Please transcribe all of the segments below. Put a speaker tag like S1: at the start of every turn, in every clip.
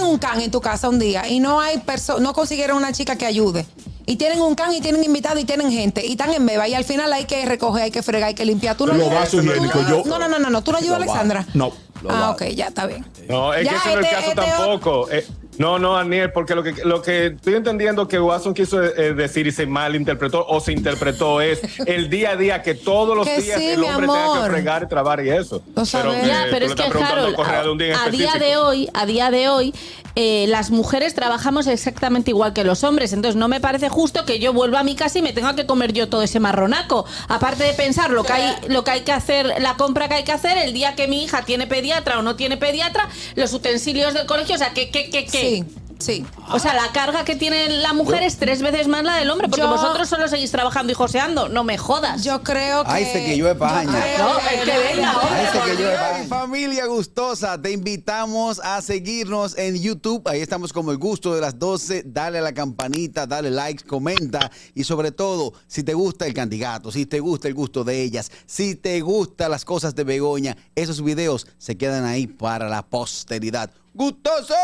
S1: un can en tu casa un día y no hay perso- no consiguieron una chica que ayude. Y tienen un can y tienen invitado y tienen gente y están en beba y al final hay que recoger, hay que fregar, hay que limpiar. Tú no
S2: Los
S1: ayudas-
S2: vasos
S1: tú no-
S2: higiénicos, yo-
S1: No, no, no, no, no, tú no ayudas,
S3: Los va-
S1: Alexandra.
S2: No.
S3: Los
S1: Ah,
S3: va-
S1: ok, ya está bien.
S4: No, es
S1: Ya,
S4: que ese no es el
S1: este-
S4: caso
S1: este-
S4: tampoco. Eh, no, no, Aniel, porque lo que, lo que estoy entendiendo que Watson quiso eh, decir y se malinterpretó o se interpretó es el día a día que todos los
S1: Que
S4: días
S1: sí,
S4: el
S1: mi
S4: hombre
S1: amor.
S4: tenga que fregar, trabar y eso.
S1: Lo sabemos.
S5: Ya,
S4: eh,
S5: pero
S4: tú le
S5: es que
S4: estás preguntando
S5: Harold,
S4: correa de este un día en
S5: a, a día
S4: específico.
S5: de hoy, a día de hoy, eh, las mujeres trabajamos exactamente igual que los hombres. Entonces no me parece justo que yo vuelva a mi casa y me tenga que comer yo todo ese marronaco. Aparte de pensar lo que hay, lo que hay que hacer, la compra que hay que hacer, el día que mi hija tiene pediatra o no tiene pediatra, los utensilios del colegio, o sea, que, que, que, que-
S1: Sí, sí.
S5: O sea, la carga que tiene la mujer es tres veces más la del hombre, porque
S1: Yo-
S5: vosotros solo seguís trabajando y joseando, no me jodas.
S1: Yo creo que.
S3: Ay, se que llueve paña.
S1: Yo creo
S5: No, es que venga, hombre,
S3: Ay, se
S5: por
S3: que llueve
S5: Dios.
S3: paña.
S6: Familia gustosa, te invitamos a seguirnos en YouTube. Ahí estamos como el gusto de las 12. Dale a la campanita, dale like, comenta. Y sobre todo, si te gusta el candidato, si te gusta el gusto de ellas, si te gustan las cosas de Begoña, esos videos se quedan ahí para la posteridad. ¡Gustoso!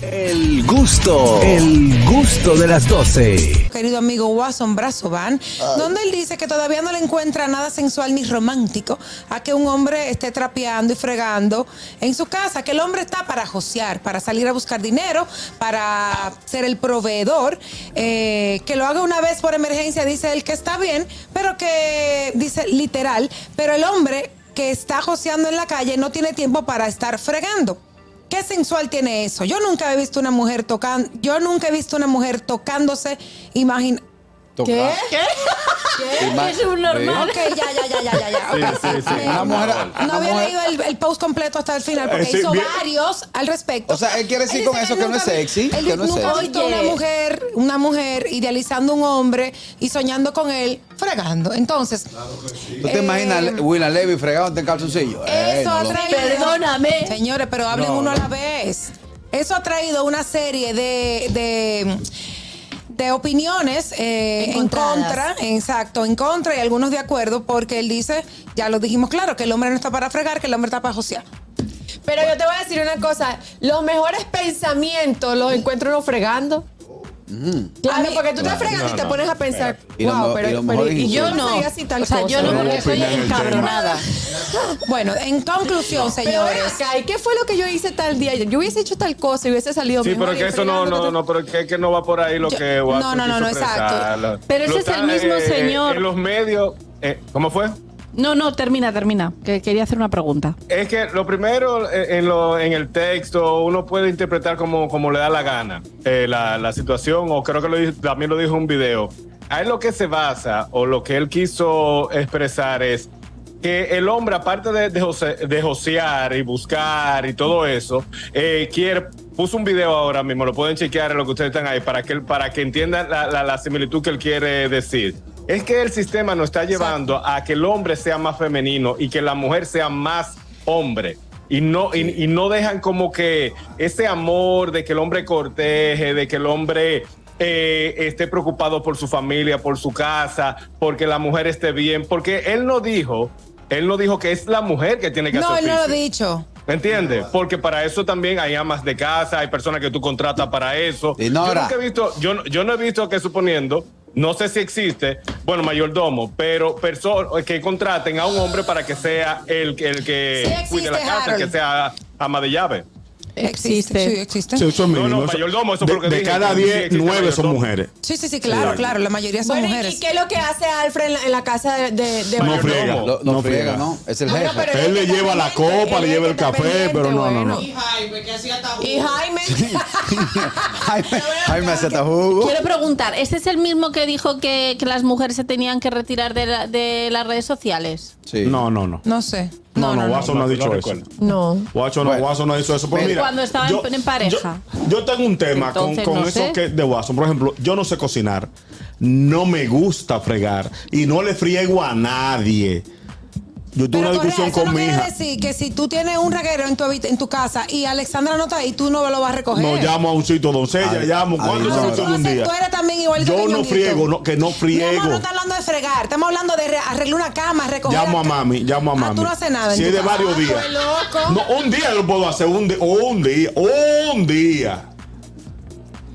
S7: El gusto, el gusto de las 12.
S1: querido amigo Watson Brazo Van, donde él dice que todavía no le encuentra nada sensual ni romántico a que un hombre esté trapeando y fregando en su casa, que el hombre está para josear, para salir a buscar dinero, para ser el proveedor, eh, que lo haga una vez por emergencia, dice él que está bien, pero que dice literal, pero el hombre que está joseando en la calle no tiene tiempo para estar fregando. ¿Qué sensual tiene eso? Yo nunca he visto una mujer tocando, yo nunca he visto una mujer tocándose, imagina.
S3: Toca-
S5: ¿Qué? Es un normal.
S1: Ok, ya, ya, ya, ya, ya, ya.
S4: Sí,
S1: ok,
S4: sí,
S1: sí.
S4: sí.
S1: Eh,
S3: Una mujer-
S1: No
S3: una
S1: había
S3: mujer-
S1: leído el, el post completo hasta el final, porque
S2: Eh, sí,
S1: hizo
S2: bien.
S1: varios al respecto.
S3: O sea, él quiere decir
S1: dice
S3: con eso que no es
S1: nunca vi-
S3: sexy,
S1: Él
S3: que no es
S1: nunca ha
S5: sexy.
S1: visto una
S5: Oye.
S1: mujer, una mujer idealizando a un hombre y soñando con él, fregando. Entonces,
S3: ¿Tú te
S1: Eh,
S3: imaginas a Le- Willa Levy fregado en calzoncillo? Eh,
S1: Eso
S3: no
S1: ha
S3: lo-
S1: traído.
S5: Perdóname.
S1: Señores, pero hablen
S3: No,
S1: uno a
S3: no.
S1: la vez. Eso ha traído una serie de. de de opiniones eh, en contra,
S5: Encontradas.
S1: exacto, en contra y algunos de acuerdo, porque él dice, ya lo dijimos claro, que el hombre no está para fregar, que el hombre está para josear.
S8: Pero yo te voy a decir una cosa, los mejores pensamientos los encuentro no fregando.
S1: A
S8: Claro,
S1: mí-
S8: porque tú te fregando y te pones a pensar,
S3: Y lo
S8: wow,
S3: mo-
S8: pero,
S3: y lo
S8: pero-
S3: mejor es
S8: y
S5: Yo
S3: insultar.
S8: no
S5: no.
S8: soy así tal
S5: o sea, yo
S8: cosa.
S5: no
S2: Pero
S5: porque soy
S2: opinar el tema.
S5: encabronada.
S1: Bueno, en conclusión,
S8: Pero ven
S1: señores,
S8: acá, ¿y qué fue lo que yo hice tal día? Yo hubiese hecho tal cosa y hubiese salido
S4: Sí,
S8: mejor
S4: pero
S8: y
S4: que eso no,
S8: fregando,
S4: no,
S8: tal-
S4: no, pero que, que no va por ahí lo
S1: Yo-
S4: que
S1: no,
S4: Watson
S1: no, no,
S4: quiso
S1: no, exacto.
S4: expresar. Lo-
S5: Pero ese
S4: lo
S5: es el
S4: está, eh,
S5: mismo señor.
S4: En los medios, eh, ¿cómo fue?
S5: No, no, termina, termina. Que quería hacer una pregunta.
S4: Es que lo primero eh, en, lo, en el texto uno puede interpretar como, como le da la gana eh, la, la situación, o creo que lo, dijo- también lo dijo en un video. A él lo que se basa o lo que él quiso expresar es que el hombre, aparte de, de, jose- de josear y buscar y todo eso, eh, quiere, puso un video ahora mismo, lo pueden chequear en lo que ustedes están ahí, para que, él- para que entiendan la, la- la similitud que él quiere decir. Es que el sistema nos está llevando a que el hombre sea más femenino y que la mujer sea más hombre. Y no, y, y no dejan como que ese amor de que el hombre corteje, de que el hombre eh, esté preocupado por su familia, por su casa, porque la mujer esté bien, porque él no dijo, él no dijo que es la mujer que tiene que
S1: no,
S4: hacer
S1: él no lo ha
S4: oficio.
S1: dicho.
S4: ¿Me entiendes? Porque para eso también hay amas de casa, hay personas que tú contratas para eso.
S3: Y no,
S4: yo,
S3: ahora.
S4: nunca he visto, yo, no- yo no he visto que suponiendo, no sé si existe, bueno, mayordomo, pero personas que contraten a un hombre para que sea el, el que
S1: Sí existe,
S4: cuide la casa,
S1: Harold.
S4: que sea ama de llave.
S5: Existe.
S1: Sí, existe.
S2: Sí, eso es
S4: No,
S2: mínimo.
S4: no, mayordomo, eso
S2: de,
S4: fue lo que
S2: de
S4: dije.
S2: cada
S4: Sí,
S2: 10,
S4: existe
S2: 9 son
S4: mayordomo.
S2: mujeres.
S1: Sí, sí, sí, claro,
S2: Sí.
S1: claro, la mayoría son
S8: Bueno, ¿y-
S1: mujeres.
S8: ¿y qué es lo que hace Alfred en la, en la casa de, de, de
S2: No
S4: Mayordomo.
S2: friega,
S3: Lo-
S2: no
S3: no friega,
S2: friega.
S3: ¿no? Es el
S8: No, no,
S3: jefe.
S8: pero
S2: Él
S8: es
S2: le
S8: que
S2: lleva la
S8: también,
S2: copa, le
S8: él
S2: lleva el
S8: está
S2: café,
S8: pendiente,
S2: pero no, no, no.
S8: bueno. Y Jaime.
S3: Jaime, Jaime hace tajugo.
S5: Quiero preguntar, ¿este es el mismo que dijo que, que las mujeres se tenían que retirar de, la- de las redes sociales?
S3: Sí.
S2: No, no, no.
S1: No sé.
S2: No, no,
S1: no.
S2: Watson no ha
S4: No
S2: dicho eso.
S4: recuerdo.
S8: No.
S2: Watson no,
S3: Bueno.
S2: Watson no hizo eso. Pero
S3: Mira,
S2: mira,
S5: Cuando estaba en- en pareja.
S2: Yo, yo tengo un tema con,
S5: Entonces,
S2: con
S5: no
S2: eso
S5: sé.
S2: que de Watson. Por ejemplo, yo no sé cocinar, no me gusta fregar y no le friego a nadie. Yo tuve una
S1: Pero, Correa,
S2: discusión
S1: eso
S2: con
S1: no
S2: mi
S1: quiere
S2: hija.
S1: decir que si tú tienes un reguero en tu, habit- en tu casa y Alexandra no está ahí, tú no lo vas a recoger. Ah,
S2: No llamo a un sitito doncella,
S3: Ay,
S2: llamo.
S3: ay,
S2: ¿Cuándo
S3: no,
S2: se
S1: Entonces,
S2: me
S3: no,
S1: tú,
S2: ocurre un
S1: haces-
S2: día?
S1: tú eres también igual
S2: Yo no friego, no- que no
S1: Mi amor, no
S2: friego.
S1: está hablando de fregar, estamos hablando de re- arreglar una cama, recoger.
S2: Llamo a
S1: acá.
S2: mami, llamo a
S1: Ah,
S2: mami.
S1: tú no haces nada en
S2: Si
S1: tu
S2: es de
S1: casa.
S2: varios días.
S8: Qué loco.
S2: No, un día lo puedo hacer, un día, un día, un día.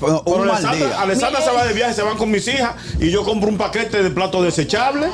S3: Bueno,
S2: Pero
S3: un mal
S2: Alessandra,
S3: día.
S2: Alessandra se va de viaje, se van con mis hijas y yo compro un paquete de plato desechable,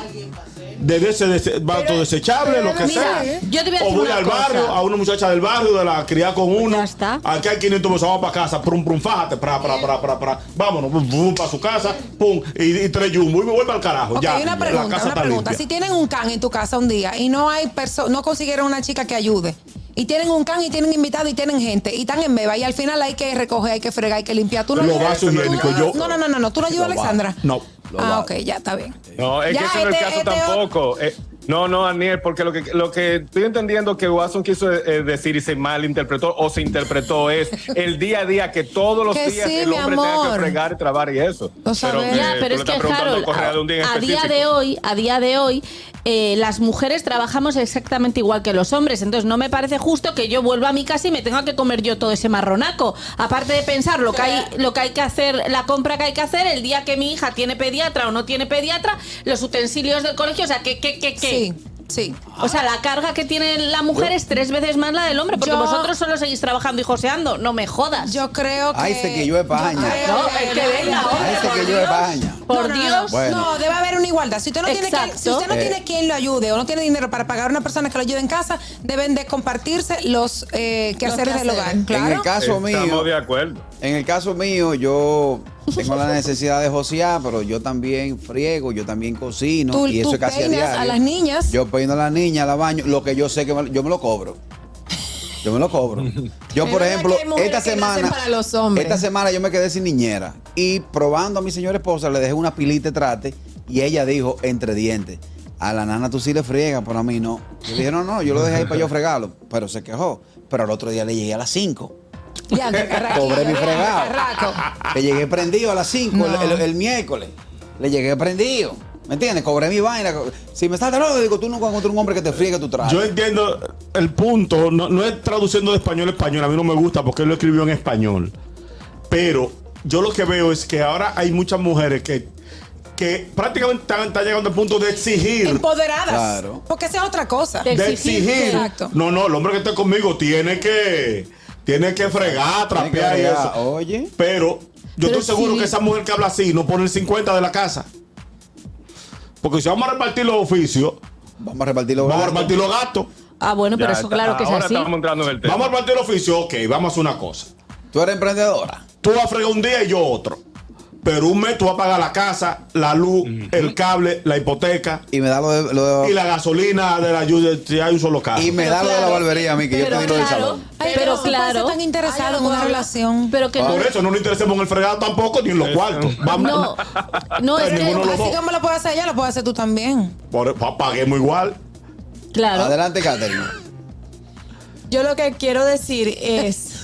S2: de ese dese- plato desechable, lo que
S5: Mira,
S2: sea.
S5: yo te voy a
S2: O
S5: decir
S2: voy
S5: una
S2: al
S5: cosa.
S2: barrio, a una muchacha del barrio, de la criada con uno.
S5: Ya está.
S2: Aquí hay 500 pesos, vamos para casa, prum, prum, fájate, pra, pra, pra, pra, pra. Vámonos, pum, pum, para su casa, pum, y, y tres jumbo, y me vuelvo al carajo.
S1: Ok,
S2: ya,
S1: una
S2: la
S1: pregunta,
S2: casa
S1: una
S2: está
S1: pregunta.
S2: limpia.
S1: Si tienen un can en tu casa un día y no hay perso no consiguieron una chica que ayude, y tienen un can y tienen invitado y tienen gente y están en beba y al final hay que recoger, hay que fregar, hay que limpiar. Tú no
S2: Los
S1: ayudas-
S2: vasos
S1: tú no-
S2: higiénicos, yo-
S1: No, no, no, no, no, tú no ayudas a
S3: Los vasos.
S1: Alexandra.
S2: No.
S3: Los
S1: Ah,
S3: vasos.
S1: ok, ya está bien.
S4: No, es
S1: Ya,
S4: que ese no es el
S1: este-
S4: caso
S1: este-
S4: tampoco. Eh, no, no, Aniel, porque lo que, lo que estoy entendiendo que Watson quiso eh, decir y se malinterpretó o se interpretó es el día a día que todos los
S1: Que
S4: días
S1: sí,
S4: el
S1: mi
S4: hombre
S1: amor.
S4: tenga que fregar, trabar y eso.
S1: Lo sabemos.
S5: Ya,
S4: eh,
S5: pero
S4: tú
S5: es
S4: le estás
S5: que
S4: preguntando
S5: Harold,
S4: a Correa de un día en
S5: a, día
S4: específico.
S5: de hoy, a día de hoy, eh, las mujeres trabajamos exactamente igual que los hombres. Entonces no me parece justo que yo vuelva a mi casa y me tenga que comer yo todo ese marronaco. Aparte de pensar lo que hay, lo que hay que hacer, la compra que hay que hacer, el día que mi hija tiene pediatra o no tiene pediatra, los utensilios del colegio, o sea, que, que, que, que.
S1: Sí, sí.
S5: O sea, la carga que tiene la mujer es tres veces más la del hombre, porque
S1: Yo-
S5: vosotros solo seguís trabajando y joseando, no me jodas.
S1: Yo creo que.
S2: Ah,
S3: Ahí se que llueve paña.
S5: No, es que venga, hombre,
S3: Ahí se
S5: por
S3: que llueve
S5: Dios.
S3: paña.
S5: Por
S1: No, no,
S5: Dios.
S1: No,
S3: Bueno.
S1: No, debe haber una igualdad. Si usted no, tiene, quien, si
S5: Exacto.
S1: usted no
S3: Eh.
S1: tiene quien lo ayude o no tiene dinero para pagar a una persona que lo ayude en casa, deben de compartirse los eh, quehaceres del hogar.
S8: quehaceres.
S1: Claro.
S3: En el caso mío.
S4: Estamos de acuerdo.
S3: En el caso mío, yo tengo la necesidad de josear, pero yo también friego, yo también cocino.
S1: Tú-
S3: y eso
S1: tú
S3: es casi a
S1: peinas
S3: diario.
S1: a las niñas.
S3: Yo peino a las niñas, la baño. Lo que yo sé que me- yo me lo cobro. Yo me lo cobro. Yo,
S8: Es
S3: por
S8: verdad
S3: ejemplo,
S8: que hay mujeres
S3: esta
S8: que nacen
S3: semana.
S8: para los hombres.
S3: Esta semana yo me quedé sin niñera. Y probando a mi señora esposa, le dejé una pilita de trate. Y ella dijo, entre dientes, a la nana tú sí le friegas, pero a mí no. Yo dije, no, no, yo lo dejé ahí para yo fregarlo. Pero se quejó. Pero al otro día le llegué a las 5.
S1: Ya, de carraquillo,
S3: Cobré mi
S1: ya, de
S3: fregado.
S1: carraco.
S3: Le llegué prendido a las 5
S1: No.
S3: el, el- el miércoles. Le llegué prendido. ¿Me entiendes? Cobré mi vaina. co- Si me salta loco, digo, tú nunca encuentras un hombre que te friegue tu traje.
S2: Yo entiendo el punto, no, no es traduciendo de español a español, a mí no me gusta porque él lo escribió en español. Pero yo lo que veo es que ahora hay muchas mujeres que, que prácticamente están, están llegando al punto de exigir.
S1: Empoderadas.
S3: Claro.
S1: Porque esa es otra cosa.
S5: De-
S2: De
S5: exigir,
S2: exigir.
S1: exacto.
S2: No, no, el hombre que esté conmigo tiene que, tiene que fregar,
S3: Tiene que
S2: trapear y
S3: bregar.
S2: eso.
S3: Oye.
S2: Pero yo
S5: Pero
S2: estoy seguro
S5: sí.
S2: que esa mujer que habla así no pone el 50 de la casa. Porque si vamos a repartir los oficios,
S3: Vamos a repartirlo.
S2: vamos a repartir los gastos.
S5: Ah, bueno, pero
S4: Ya
S5: eso
S4: está.
S5: claro que es
S4: Ahora
S5: así.
S4: estamos entrando en el tema.
S2: Vamos a repartir los oficios, ok, vamos a hacer una cosa.
S3: Tú eres emprendedora.
S2: Tú vas a fregar un día y yo otro. Pero un mes tú vas a pagar la casa, la luz, el cable, la hipoteca
S3: Y me da lo de. lo de-
S2: y la gasolina de la lluvia si hay un solo carro.
S3: y me da lo de la
S8: claro.
S3: barbería a mí, que yo te
S5: Pero
S3: digo del
S5: claro,
S3: salón.
S1: Ay,
S5: pero
S1: no,
S5: claro.
S1: No tan
S8: Ay,
S1: interesado
S8: yo
S1: en una
S8: no puedo hablar.
S1: relación.
S5: Pero que no.
S2: Por eso no nos interesemos en el fregado tampoco ni en los
S4: Eso.
S2: cuartos. Vamos,
S5: No, no es
S2: Pero
S5: que-
S2: ninguno lo-
S1: Así
S2: dos.
S1: como lo puede hacer ella, lo puede hacer tú también.
S2: por- pa- paguemos igual.
S5: Claro.
S3: Adelante, Catherine.
S8: Yo lo que quiero decir es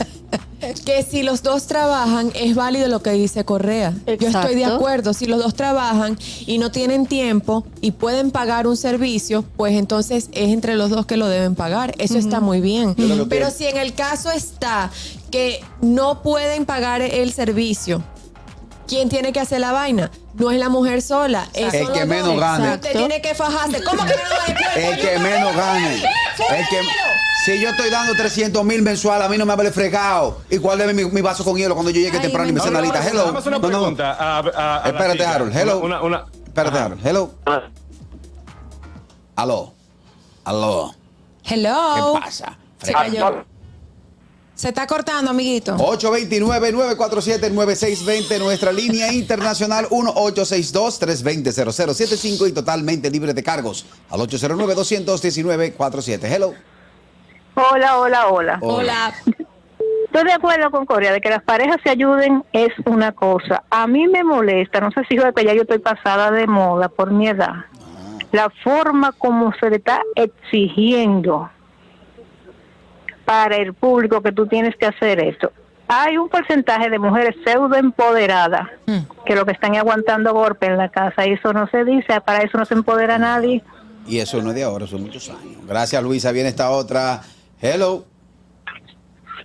S8: que si los dos trabajan, es válido lo que dice Correa. Yo estoy de
S5: Exacto.
S8: acuerdo. Si los dos trabajan y no tienen tiempo y pueden pagar un servicio, pues entonces es entre los dos que lo deben pagar. Eso está muy bien.
S3: creo que-
S8: Pero si en el caso está que no pueden pagar el servicio, ¿quién tiene que hacer la vaina? No es la mujer sola. es
S3: El
S8: son
S3: que
S8: los
S3: menos
S8: dos.
S3: gane.
S8: Usted tiene que fajarse. ¿Cómo que no
S3: El que menos gane. El que. Si yo estoy dando 300 mil mensual, a mí no me vale fregado. ¿Y cuál es mi, mi vaso con hielo cuando yo llegue
S1: Ay,
S3: temprano y me
S1: me-
S4: No, no,
S3: sandalita?
S4: vamos a-
S3: Hello.
S4: vamos a hacer una
S3: No, no, no.
S4: pregunta a- a- a la
S3: Espérate,
S4: chica.
S3: Harold. Hello.
S4: Una, una- una-
S3: Espérate,
S4: Ajá.
S3: Harold. Hello. Aló. Aló.
S1: Hello.
S3: ¿Qué pasa?
S1: Se cayó. Se está cortando, amiguito.
S3: Oh, 829-947-9620, nuestra línea internacional 1862-320-0075 y totalmente libre de cargos al 809-219-47. Hello.
S9: Hola, hola, hola.
S3: Oh.
S5: Hola.
S9: Estoy de acuerdo con Corea de que las parejas se ayuden es una cosa. A mí me molesta, no sé si es que ya yo estoy pasada de moda por mi edad, la forma como se le está exigiendo para el público que tú tienes que hacer esto. Hay un porcentaje de mujeres pseudoempoderadas que lo que están es aguantando golpe en la casa y eso no se dice, para eso no se empodera nadie.
S3: Y eso no es de ahora, son muchos años. Gracias, Luisa. Viene esta otra. Hello.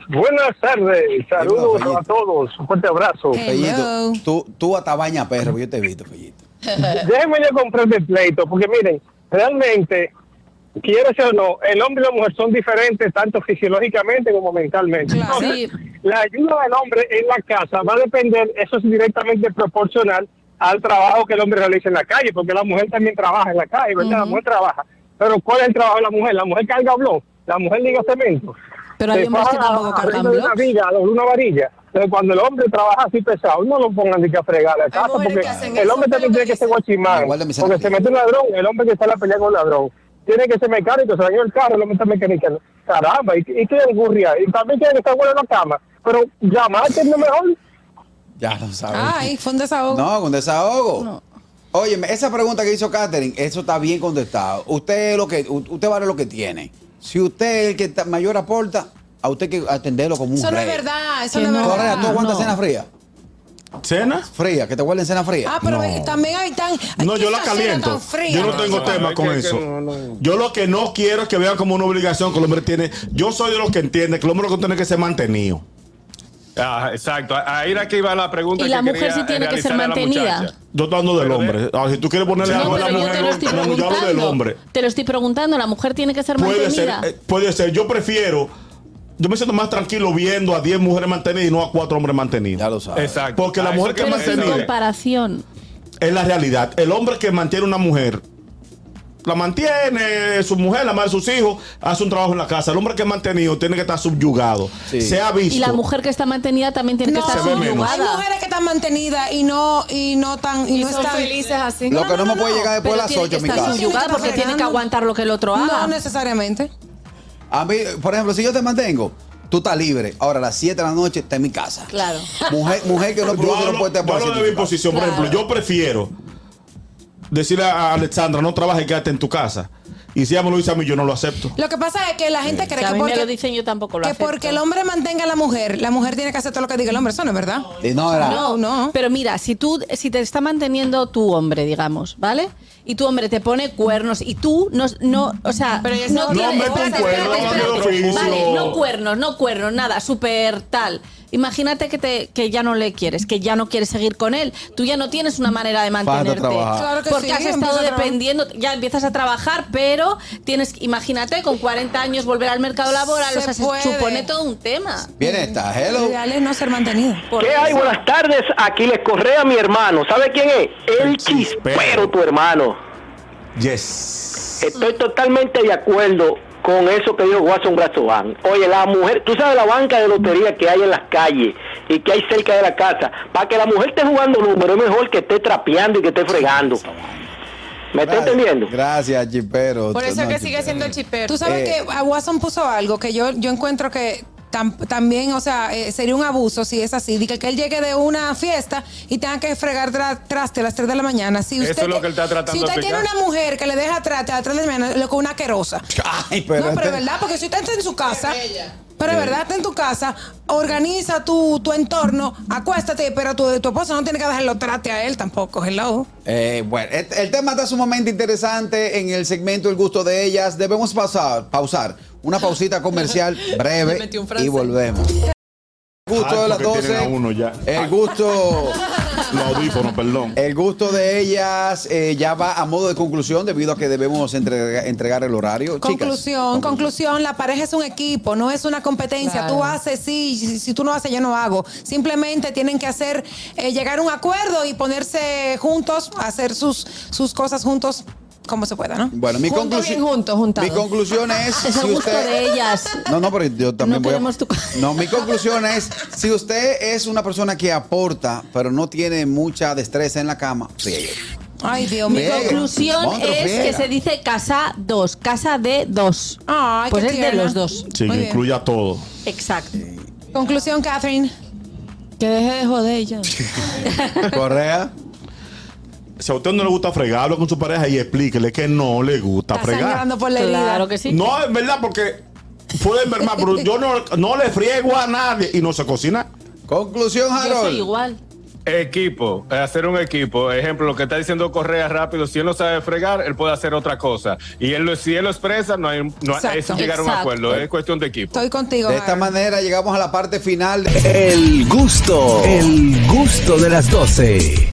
S10: Buenas tardes, saludos
S3: Fellito.
S10: a todos, un fuerte abrazo.
S1: Hello.
S3: Fellito, tú, tú a tabaña perro, yo te he visto, Fellito.
S10: Déjenme yo comprar el pleito, porque miren, realmente, quieras o no, el hombre y la mujer son diferentes tanto fisiológicamente como mentalmente.
S1: Claro.
S10: Entonces, la ayuda del hombre en la casa va a depender, eso es directamente proporcional al trabajo que el hombre realiza en la calle, porque la mujer también trabaja en la calle, ¿verdad? La mujer trabaja. Pero ¿cuál es el trabajo de la mujer? La mujer carga blog, la mujer liga cemento.
S1: Pero hay
S10: Se
S1: hombres que
S10: faja
S1: tampoco cargan
S10: arriba de una
S1: blogs.
S10: viga, doble una varilla. Entonces, cuando el hombre trabaja así pesado, no lo pongan ni que a fregar la casa,
S8: mujeres
S10: porque
S8: que hacen
S10: el
S8: eso,
S10: hombre también
S8: pero
S10: tiene que ser
S8: dicen-
S10: guachimán.
S3: Igual de mis
S10: Porque se
S3: amigos.
S10: mete un ladrón, el hombre que está en la pelea con un ladrón. Tiene que ser mecánico, se dañó el carro, el hombre está mecánico. Caramba, y, y qué angurria. Y también tiene que estar bueno en la cama. Pero llamarte es lo mejor.
S3: Ya lo sabes.
S1: Ay, fue un desahogo.
S3: No, con desahogo. Oye, esa pregunta que hizo Katherine, eso está bien contestado. Usted lo que, u- usted vale lo que tiene. Si usted es el que ta- mayor aporta, a usted hay que atenderlo como un
S1: Eso no es
S3: rey.
S1: verdad, eso
S5: Que
S1: no es
S5: no.
S1: verdad.
S3: Correa, ¿tú aguantas
S5: no.
S3: cena fría?
S2: ¿Cena?
S3: Fría, que te guarden cena fría.
S1: Ah, pero
S3: No.
S1: ve- también hay tan. ay,
S2: No,
S1: ¿qué
S2: yo la
S1: esa cena
S2: caliento.
S1: tan fría?
S2: Yo no
S1: No,
S2: tengo
S4: no,
S2: tema
S4: es
S2: con
S4: que- que
S2: eso.
S4: no, no.
S2: Yo lo que no quiero es que vean como una obligación que el hombre tiene. Yo soy de los que entiende que el hombre lo que tiene que ser mantenido.
S4: Ah, exacto. Ahí era que iba la pregunta.
S5: Y la
S4: que
S5: mujer
S4: quería
S5: sí tiene que
S4: realizar
S5: ser
S4: a la
S5: mantenida.
S4: muchacha.
S2: Yo estoy hablando del
S4: Pero
S2: hombre. Ahora, si tú quieres ponerle
S5: No,
S2: algo a la
S5: pero yo te
S2: mujer,
S5: lo estoy
S2: no, no, yo hablo del
S5: preguntando.
S2: hombre.
S5: Te lo estoy preguntando. La mujer tiene que ser
S2: Puede ser,
S5: mantenida.
S2: eh, puede ser. Yo prefiero. Yo me siento más tranquilo viendo a 10 mujeres mantenidas y no a 4 hombres
S3: Ya
S2: mantenidos.
S3: lo sabes.
S4: Exacto.
S2: Porque la
S4: Ah,
S2: mujer
S4: eso
S2: que
S5: pero
S2: es
S5: sin
S2: mantenida.
S5: comparación.
S2: Es la realidad. El hombre que mantiene una mujer. La mantiene su mujer, la madre de sus hijos, hace un trabajo en la casa. El hombre que es mantenido tiene que estar subyugado.
S3: Sí.
S2: Se ha visto.
S5: Y la mujer que está mantenida también tiene que
S1: No,
S5: estar
S2: se ve menos.
S1: hay
S5: subyugada.
S1: mujeres que están mantenidas y no, y no tan, y,
S8: Y
S1: no
S8: son
S1: están
S8: felices así.
S3: Lo que no, me puede llegar después de
S5: Pero
S3: las
S5: tiene
S3: 8
S5: que
S3: en mi
S5: estar
S3: casa.
S5: subyugada porque tiene que aguantar lo que el otro haga.
S1: No necesariamente.
S3: A mí, por ejemplo, si yo te mantengo, tú estás libre. Ahora, a las 7 de la noche, está en mi casa.
S5: Claro.
S3: Mujer, mujer que
S2: Yo
S3: no produce,
S2: hablo,
S3: no puede estar
S2: yo
S3: por
S2: hablo
S3: así en
S2: de mi
S3: tu casa.
S2: posición, por ejemplo, yo prefiero decirle a Alexandra, no trabajes, quédate en tu casa. Y si ella me lo dice a mí, yo no lo acepto.
S1: Lo que pasa es que la gente cree
S5: Si a
S1: que
S5: mí me lo
S1: porque,
S5: dicen, yo tampoco lo
S1: que
S5: acepto.
S1: porque el hombre mantenga a la mujer, la mujer tiene que hacer todo lo que diga el hombre. Eso no es verdad.
S3: Y no, era-
S1: no.
S5: No, no. Ah. Pero mira, si tú, si te está manteniendo tu hombre, digamos, ¿vale? Y tu hombre te pone cuernos y tú no, no o sea,
S8: Pero ya
S5: no
S8: sabe-
S5: tiene-
S2: No me
S5: espérate,
S2: con cuernos,
S5: espérate,
S2: no me
S5: espérate.
S2: lo
S5: Vale,
S2: oficio.
S5: no cuernos, no cuernos, nada, súper tal. Imagínate que te, que ya no le quieres, que ya no quieres seguir con él. Tú ya no tienes una manera de mantenerte.
S3: trabajar.
S1: Claro que
S5: porque
S1: sí,
S5: has
S1: empieza a
S5: estado
S1: trabajar.
S5: dependiendo, ya empiezas a trabajar, pero tienes, imagínate, con 40 años volver al mercado laboral,
S1: Se
S5: o sea, se
S1: puede.
S5: supone todo un tema.
S3: Viene esta,
S1: Lo
S3: hello.
S1: ideal es no ser mantenido.
S5: Por
S10: ¿Qué hay? Buenas tardes, aquí les corre a mi hermano. ¿Sabe quién es? El
S2: Chispero.
S10: chispero, tu hermano.
S2: Yes.
S10: Estoy totalmente de acuerdo con eso que dijo Watson Brazován. Oye, la mujer, tú sabes la banca de lotería que hay en las calles y que hay cerca de la casa. Para que la mujer esté jugando número, es mejor que esté trapeando y que esté fregando. ¿Me está entendiendo?
S3: Gracias, chipero.
S8: Por eso
S3: No,
S8: es que sigue
S3: chipero.
S8: siendo el chipero.
S1: Tú sabes
S3: Eh,
S1: que a Watson puso algo que yo, yo encuentro que tam- también, o sea, eh, sería un abuso si es así. Dice que él llegue de una fiesta y tenga que fregar tra- traste a las 3 de la mañana. Si
S4: Eso
S1: usted
S4: es lo
S1: tie-
S4: que él está tratando
S1: Si usted
S4: de
S1: tiene
S4: explicar.
S1: una mujer que le deja traste a las 3 de la mañana, lo que una querosa.
S3: Ay, pero.
S1: no, pero es
S3: este-
S1: verdad, porque si usted está en su casa, pero es verdad, está en tu casa, organiza tu, tu entorno, acuéstate, pero tu, tu esposo no tiene que dejarlo trate a él tampoco, hello.
S3: Eh, bueno, et- el tema está sumamente interesante en el segmento El gusto de ellas. Debemos pasar, pausar una pausita comercial
S8: Me
S3: breve
S8: metí un francés.
S3: y volvemos. El gusto de las
S2: Harto que tienen
S3: 12.
S2: a uno ya.
S3: El gusto,
S2: Los audífonos, perdón.
S1: Eh,
S3: el gusto de ellas eh, ya va a modo de conclusión debido a que debemos entrega- entregar el horario. Chicas,
S1: Conclusión, conclusión, la pareja es un equipo, no es una competencia.
S8: Claro.
S1: Tú haces, sí, si, si tú no haces, yo no hago. Simplemente tienen que hacer, eh, llegar a un acuerdo y ponerse juntos, hacer sus, sus cosas juntos como se pueda, ¿no?
S3: Bueno, mi
S8: Junto
S3: conclusión.
S8: bien junto, juntado.
S3: mi conclusión es
S5: Es
S3: si
S5: el gusto
S3: usted
S5: de ellas.
S3: No, no, pero yo también
S5: No
S3: voy a-
S5: queremos tu-
S3: No, mi conclusión es, si usted es una persona que aporta, pero no tiene mucha destreza en la cama, friegue.
S1: Ay, Dios
S5: Mi
S1: mío.
S3: Friega.
S5: conclusión
S3: Monstruo,
S5: es
S3: friega.
S5: que se dice casa 2, casa de 2.
S1: Ay,
S5: Pues
S1: qué
S5: es de
S1: tierna.
S5: los dos.
S2: Sí,
S1: Muy
S2: que
S1: bien.
S2: incluya todo.
S5: Exacto.
S1: Conclusión, Catherine.
S8: Que deje de joder ya.
S3: Correa.
S2: Si a usted no le gusta fregar, hable con su pareja y explíquele que no le gusta
S1: Está
S2: fregar.
S1: sangrando por la herida.
S5: Claro que sí.
S2: No, es verdad, porque pueden ver más, pero yo no, no le friego a nadie y no se cocina.
S3: Conclusión,
S5: Yo soy
S3: Harold.
S5: igual.
S4: Equipo, eh, hacer un equipo. Ejemplo, lo que está diciendo Correa rápido, si él no sabe fregar, él puede hacer otra cosa. Y él, lo- si él lo expresa, no hay, no hay- es
S1: Exacto.
S4: llegar a un
S5: Exacto.
S4: acuerdo, es cuestión de equipo.
S1: Estoy contigo.
S6: De esta
S1: Harold.
S6: manera llegamos a la parte final de
S7: El gusto, el gusto de las 12.